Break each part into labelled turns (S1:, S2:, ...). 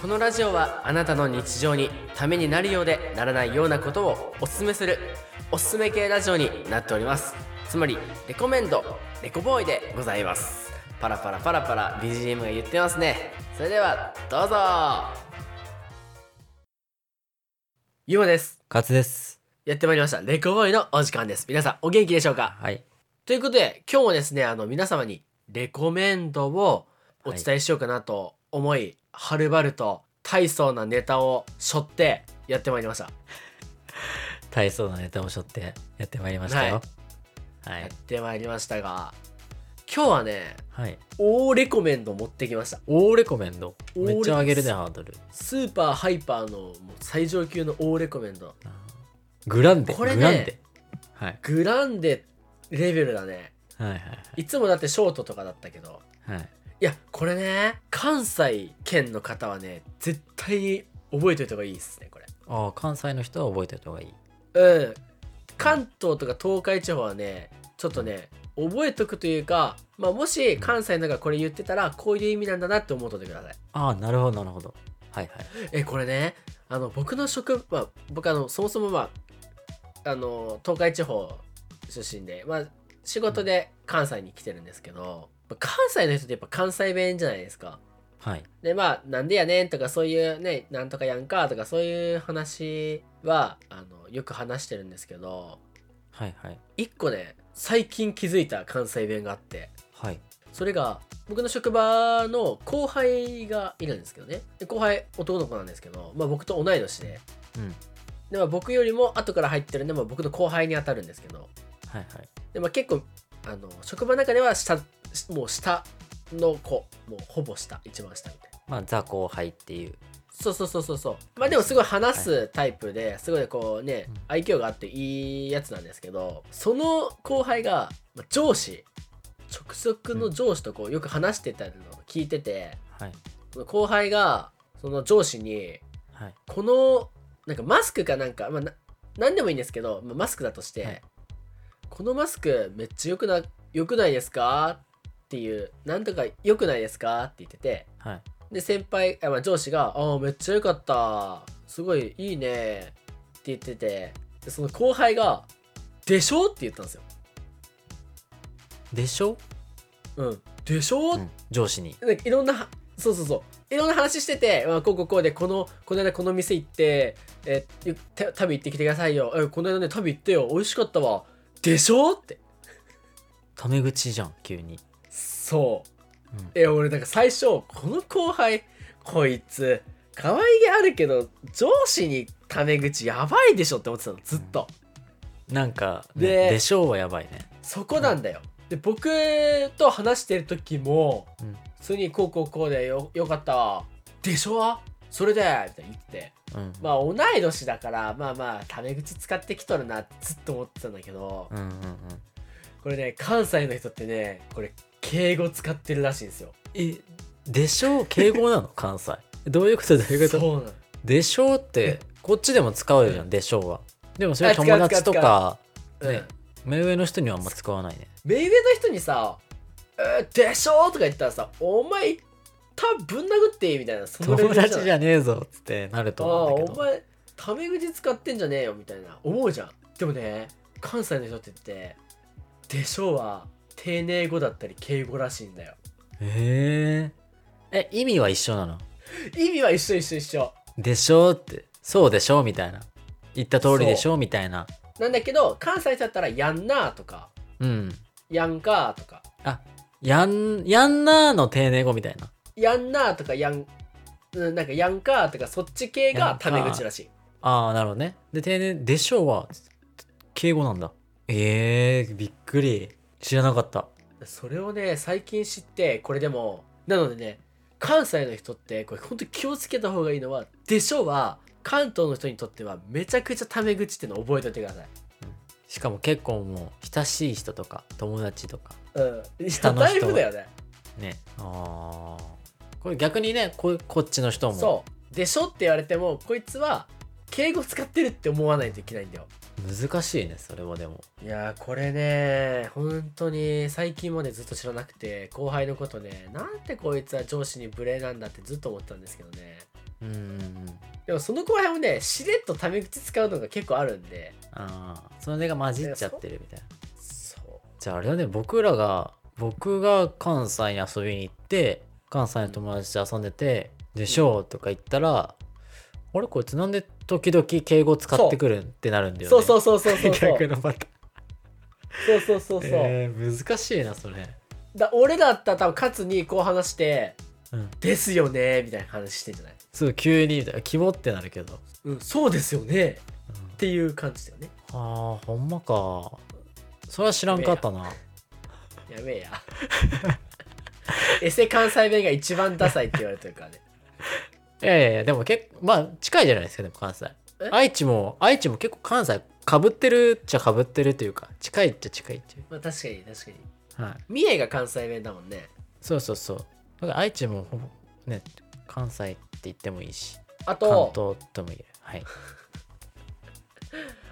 S1: このラジオはあなたの日常にためになるようでならないようなことをおすすめするおすすめ系ラジオになっておりますつまりレコメンドレコボーイでございますパラパラパラパラ BGM が言ってますねそれではどうぞゆうまです
S2: カツです。
S1: やってまいりましたレコボーイのお時間です皆さんお元気でしょうか
S2: はい。
S1: ということで今日もですねあの皆様にレコメンドをお伝えしようかなと思い、はるばると大層なネタを背負ってやってまいりました
S2: 大層なネタを背負ってやってまいりましたよ。は
S1: やっ
S2: い。
S1: てまいりましたが今日はね
S2: はい。
S1: 大レコメンド持ってきました
S2: オーレコメンド。
S1: オーレ
S2: めっちゃ上げるね、ハードル。
S1: スーパーハイパーのもう最上級の大レコメンド
S2: グランデ。
S1: これね
S2: グランデ。はい。
S1: グランデレベルだね
S2: はいはい
S1: つもだってショートとかだったけど
S2: い。はい。
S1: いやこれね関西圏の方はね絶対に覚えておいた方がいいですねこれ
S2: ああ、関西の人は覚えておいた方がいい。
S1: うん関東とか東海地方はねちょっとね覚えとくというか、まあ、もし関西の方がこれ言ってたらこういう意味なんだなって思っといてください
S2: ああ、なるほど、なるほど。はいはい。
S1: えこれねあの僕の職場、まあ僕あのそもそもまああの東海地方出身で、まあ、仕事で関西に来てるんですけどまあ関西の人ってやっぱ関西弁じゃないですか
S2: はい。
S1: でまあなんでやねんとかそういうねなんとかやんかとかそういう話はあのよく話してるんですけど
S2: はいはい。
S1: 一個ね最近気づいた関西弁があって
S2: はい。
S1: それが僕の職場の後輩がいるんですけどねで後輩男の子なんですけど、まあ、僕と同い年で
S2: うん。
S1: で、まあ、僕よりも後から入ってるんで、まあ、僕の後輩に当たるんですけど
S2: はいはい。
S1: で、まあ、結構あの職場の中では下しもう下の子もうほぼ下一番下みたいな
S2: まあ、ザ後輩っていう。
S1: そうそうそうそうそうまあでもすごい話すタイプですごいこうね
S2: うん
S1: 愛嬌があっていいやつなんですけどその後輩がまあ上司直属の上司とこうよく話してたのを聞いてて
S2: はい。
S1: その後輩がその上司に
S2: はい。
S1: このなんかマスクかなんか、まあ、な何でもいいんですけど、まあ、マスクだとして、
S2: はい
S1: このマスクめっちゃよくなよくないですかっていうなんとかよくないですかって言ってて
S2: はい。
S1: で先輩あ、まあ、上司が「ああめっちゃ良かったすごいいいね」って言っててでその後輩が「でしょ?」って言ったんですよ。
S2: でしょ、
S1: うん、でしょ、
S2: うん、上司に。
S1: なんかいろんなそうそうそういろんな話してて、まあ、こうこうこうでこのこの間この店行って、えー、た旅行ってきてくださいよ、えこの間ね旅行ってよ美味しかったわでしょって
S2: タメ口じゃん、急に。
S1: そう
S2: うん。
S1: え俺なんか最初この後輩こいつ可愛げあるけど上司にタメ口やばいでしょって思ってたのずっと、
S2: なんか、
S1: で
S2: ね、でしょうはやばいね。
S1: そこなんだよで僕と話してる時も
S2: うん。
S1: 普通にこうこうこうでよよかったわでしょそれでみたいに言って
S2: うん。
S1: まあ同い年だからまあまあタメ口使ってきとるなってずっと思ってたんだけど
S2: うんうんうん。
S1: これね関西の人ってねこれ敬語使ってるらしいんですよ
S2: えでしょう敬 語なの関西どういうことどういうこと
S1: そうなの
S2: でしょうってこっちでも使うじゃんでしょうはでもそれ
S1: あ
S2: は
S1: 使う
S2: 友達とか
S1: うん、
S2: ね目上の人にはあんま使わないね
S1: 目上の人にさ「えーでしょ?」とか言ったらさ「お前一旦ぶん殴っていい」みたいなそのレベ
S2: 友
S1: ル
S2: 達じ
S1: ゃん
S2: ゃねえぞっつってな
S1: あ
S2: る
S1: あ
S2: と思うんだ
S1: お
S2: けど
S1: 前タメ口使ってんじゃねえよみたいな思うじゃんでもね関西の人って言って「でしょ?」は丁寧語だったり敬語らしいんだよ
S2: へええ意味は一緒なの
S1: 意味は一緒一緒一緒
S2: でしょうってそうでしょうみたいな言った通りでしょうみたいな
S1: なんだけど関西だったら「やんな」とか
S2: うん
S1: 「やんか」とか
S2: あやんやんなーの丁寧語みたいな
S1: 「やんな」とか「やん」うんなんか「やんか」とかそっち系
S2: や
S1: が
S2: ん
S1: タ
S2: か
S1: メ口らしい
S2: ああなるほどねで丁寧でしょうは敬語なんだええびっくり知らなかった
S1: それをね最近知ってこれでもなのでね関西の人ってこれ本当に気をつけた方がいいのは「でしょ」は関東の人にとってはめちゃくちゃタメ口っていうのを覚えておいてください。
S2: しかも結構もう親しい人とか友達とか
S1: うん、
S2: 下の人は
S1: だいぶだよね。
S2: ねあーこれ逆にねここっちの人も
S1: そう「でしょ」って言われてもこいつは敬語使ってるって思わないといけないんだよ。
S2: 難しいねそれはでも
S1: いやーこれね本当に最近までずっと知らなくて後輩のことねなんてこいつは上司に無礼なんだってずっと思ってたんですけどね
S2: うんうんうん
S1: でもその後輩もねしれっとタメ口使うのが結構あるんで
S2: ああそれが混じっちゃってるみたいな
S1: そ
S2: じゃああれだね僕らが僕が関西に遊びに行って関西の友達と遊んでて「でしょう」とか言ったら「あれこいつなんで時々敬語使ってくるん?」ってなるん
S1: う
S2: だよね
S1: そうそううそうそうそうそう
S2: 逆のパターン
S1: そうそうそうそう、
S2: えー難しいなそれ
S1: だ俺だったら多分勝にこう話して
S2: うん
S1: 「ですよね」みたいな話してんじゃない
S2: そう急にみたいなキモってなるけど、
S1: うんそうですよね
S2: うん
S1: っていう感じだよね
S2: あーほんまかそれは知らんかったな
S1: やべえやエセ関西弁が一番ダサいって言われてるから ね
S2: いやいやいやでも結構まあ近いじゃないですかでも関西
S1: え
S2: 愛知も愛知も結構関西かぶってるっちゃかぶってるというか近いっちゃ近いってい
S1: まあ確かに確かに
S2: うはい
S1: 三重が関西弁だもんね
S2: そうそうそうだから愛知もほぼね関西って言ってもいいし
S1: あ
S2: 関
S1: と
S2: 東とも言えるはい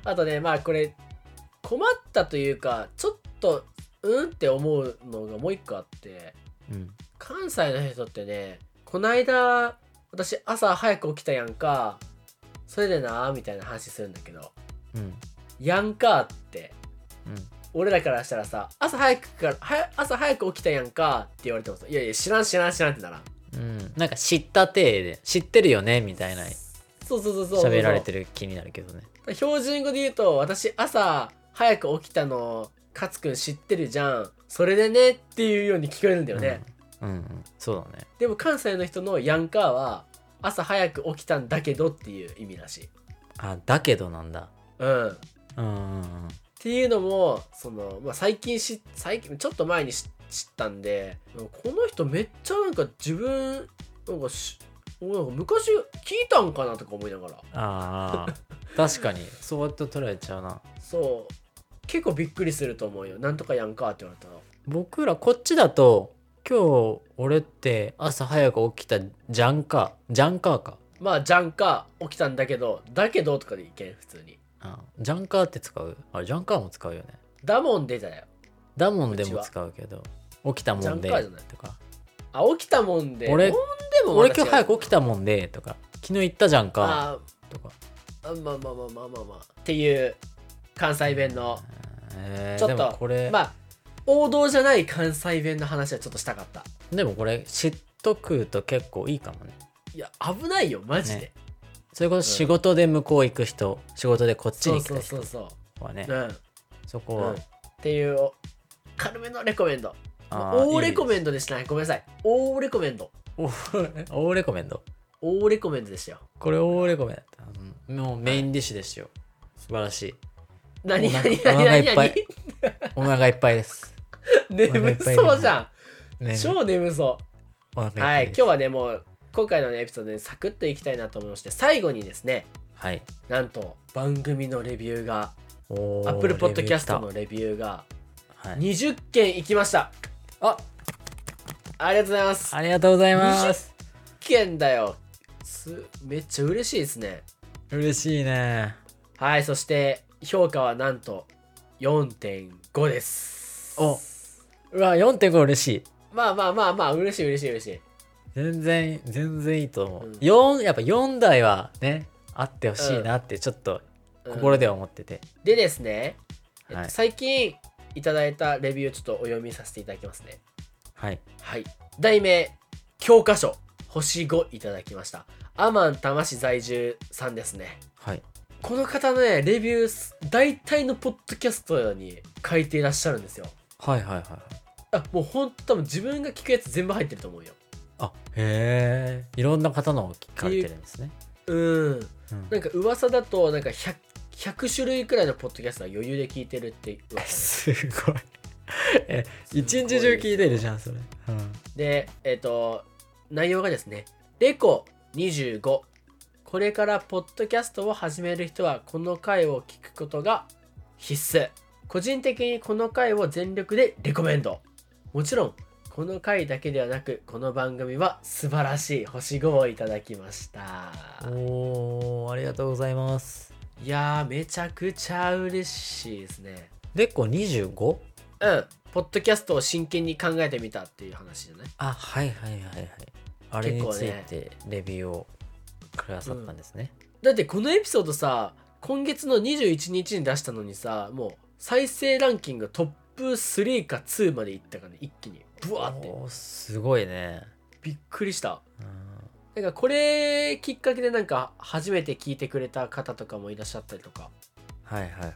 S1: あとねまあこれ困ったというかちょっとうんって思うのがもう一個あって
S2: うん
S1: 関西の人ってねこないだ私朝早く起きたやんかそれでなーみたいな話するんだけど
S2: うん
S1: やんかって
S2: うん
S1: 俺らからしたらさ朝早くからは朝早く起きたやんかって言われてもさいやいや知らん知らん知らんってならん
S2: うん、なんか知った体で知ってるよねみたいな
S1: そうそうそうそう
S2: 喋られてる気になるけどね
S1: 標準語で言うと私朝早く起きたの勝くん知ってるじゃんそれでねっていうように聞こえるんだよね、
S2: うん、うんうんそうだね
S1: でも関西の人のやんかは朝早く起きたんだけどっていう意味らしい
S2: あだけどなんだ
S1: うんっ
S2: うんうんうん
S1: ていうのもその、まあ、最近し最近ちょっと前にし知ったんでこの人めっちゃなんか自分なんかしおなんか昔聞いたんかなとか思いながら
S2: あ ー確かにそうやって捉えちゃうな
S1: そう結構びっくりすると思うよなんとかやんかって言われたら
S2: 僕らこっちだと今日俺って朝早く起きたジャンカージャンカーか
S1: まあ、じゃんか、起きたんだけど、だけどとかでいけん、普通に。
S2: あジャンカーって使うあれジャンカーも使うよね
S1: だもんでだよ。
S2: だもんで
S1: うち
S2: も
S1: は
S2: 使うけど起きたもんで
S1: ジャンカーじゃない
S2: とか
S1: あ、起きたもんで。
S2: 俺
S1: もんでも
S2: 俺今日早く
S1: き
S2: 起きたもんでとか昨日行ったじゃんか
S1: あ
S2: とか
S1: あ、まあまあまあまあまあまあ。っていう、関西弁の、
S2: えー
S1: ちょっと
S2: でもこれ、
S1: まあ、王道じゃない関西弁の話はちょっとしたかった。
S2: でもこれ知っとくと結構いいかもね
S1: いや、危ないよ、マジで。
S2: ねそれこそ仕事で向こう行く人、仕事でこっち
S1: そ
S2: に
S1: う
S2: 行
S1: そう
S2: く
S1: そ
S2: 人
S1: うそ
S2: はね
S1: う。うん。
S2: そうこ
S1: ん、
S2: は、
S1: っていう、軽めのレコメンド。
S2: あー
S1: 大レコ
S2: い
S1: メンドでしたね。ごめんなさい。大レコメンド。
S2: いですお大レコメンド
S1: 大レコメンドでしたよ。
S2: これ大レコメンドだった、うんもうメインディッシュですよ素晴らしい
S1: 何
S2: お
S1: 何
S2: 腹
S1: 何
S2: お腹い
S1: 何
S2: っぱい
S1: 何
S2: お腹いっぱいです、
S1: 眠そうじゃん。
S2: ね、
S1: 超眠そ
S2: お腹いっ
S1: う。
S2: ぱ
S1: はい、
S2: い
S1: 今日
S2: です
S1: はね、もう今回のねエピソードでサクッといきたいなと思いまして、最後にですね、
S2: はい
S1: なんと番組のレビューが、
S2: おー
S1: Apple
S2: レビュー来
S1: Podcast
S2: た
S1: のレビューが
S2: はい、
S1: 20件いきました。
S2: あ
S1: ありがとうございます。
S2: ありがとうございます
S1: 20件だよ。すめっちゃ嬉しいですね。
S2: 嬉しいね
S1: はい、そして評価はなんと4.5です。
S2: おうわ4.5嬉しい
S1: まあまあまあまあ、嬉しい嬉しい嬉しい。
S2: 全然全然いいと思う、
S1: うん
S2: 四やっぱ4台はねあってほしいなってちょっと
S1: うん
S2: 心では思ってて、
S1: でですね、えっと
S2: はい
S1: 最近いただいたレビューをちょっとお読みさせていただきますね。
S2: はい
S1: はい。題名、教科書、星5いただきました。アマン多摩市在住さんですね。
S2: はい
S1: この方ね、レビューす、大体のポッドキャストに書いていらっしゃるんですよ。
S2: はいはいはいはい
S1: あ、もうほんと多分自分が聞くやつ全部入ってると思うよ。
S2: あへえいろんな方のを聞かれてるんですね、
S1: うん。
S2: うん
S1: なんか噂だと、なんか100、100種類くらいのポッドキャストは余裕で聞いてるって噂
S2: すごいえ 一日中聞いてるじゃんそれ、うん、
S1: で、えっ、と、内容がですね、レコ25。これからポッドキャストを始める人はこの回を聞くことが必須。個人的にこの回を全力でレコメンド。もちろん、この回だけではなく、この番組は素晴らしい星5をいただきました。
S2: おーありがとうございます
S1: いやー、めちゃくちゃ嬉しいですね。
S2: でこ 25?
S1: うん、ポッドキャストを真剣に考えてみたっていう話じゃない
S2: あはいはいはいはいあれについてレビューをくださったんですね。
S1: だってこのエピソードさ今月の21日に出したのにさもう再生ランキングトップ3か2までいったからね一気にブワーって
S2: おーすごいね。
S1: びっくりした
S2: うん
S1: なんかこれきっかけでなんか初めて聞いてくれた方とかもいらっしゃったりとか
S2: はいはいはいはい。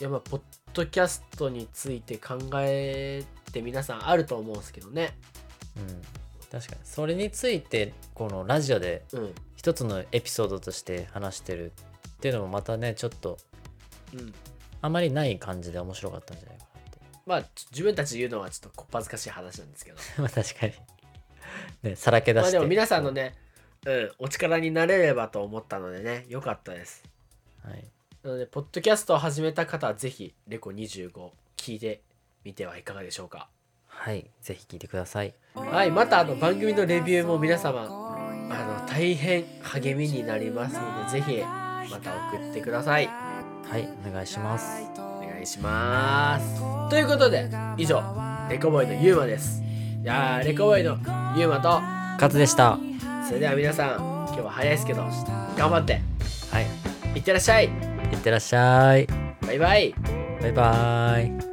S1: いやまあポッドキャストについて考えて皆さんあると思うんですけどね
S2: うん、確かにそれについてこのラジオで
S1: うん
S2: 一つのエピソードとして話してるっていうのもまたねちょっと
S1: うん
S2: あまりない感じで面白かったんじゃないかなって。
S1: まあちょ自分たちで言うのはちょっとこっぱずかしい話なんですけど
S2: まあ確かに。ねさらけ出
S1: ま
S2: し
S1: あ
S2: て。
S1: でも皆さんのね、うん、お力になれればと思ったのでねよかったです
S2: はい。
S1: なのでポッドキャストを始めた方はぜひレコ25聞いてみてはいかがでしょうか
S2: はい、ぜひ聞いてください。
S1: はいまたあの番組のレビューも皆様あの大変励みになりますのでぜひまた送ってください
S2: はい、お願いします。
S1: お願いしますということで以上レコボーイのユーマですいやーレコボーイのユーマと
S2: カズでした。
S1: それでは皆さん今日は早いですけど頑張って
S2: はい、
S1: いってらっしゃい
S2: いってらっしゃい。
S1: バイバイ
S2: バイバイ。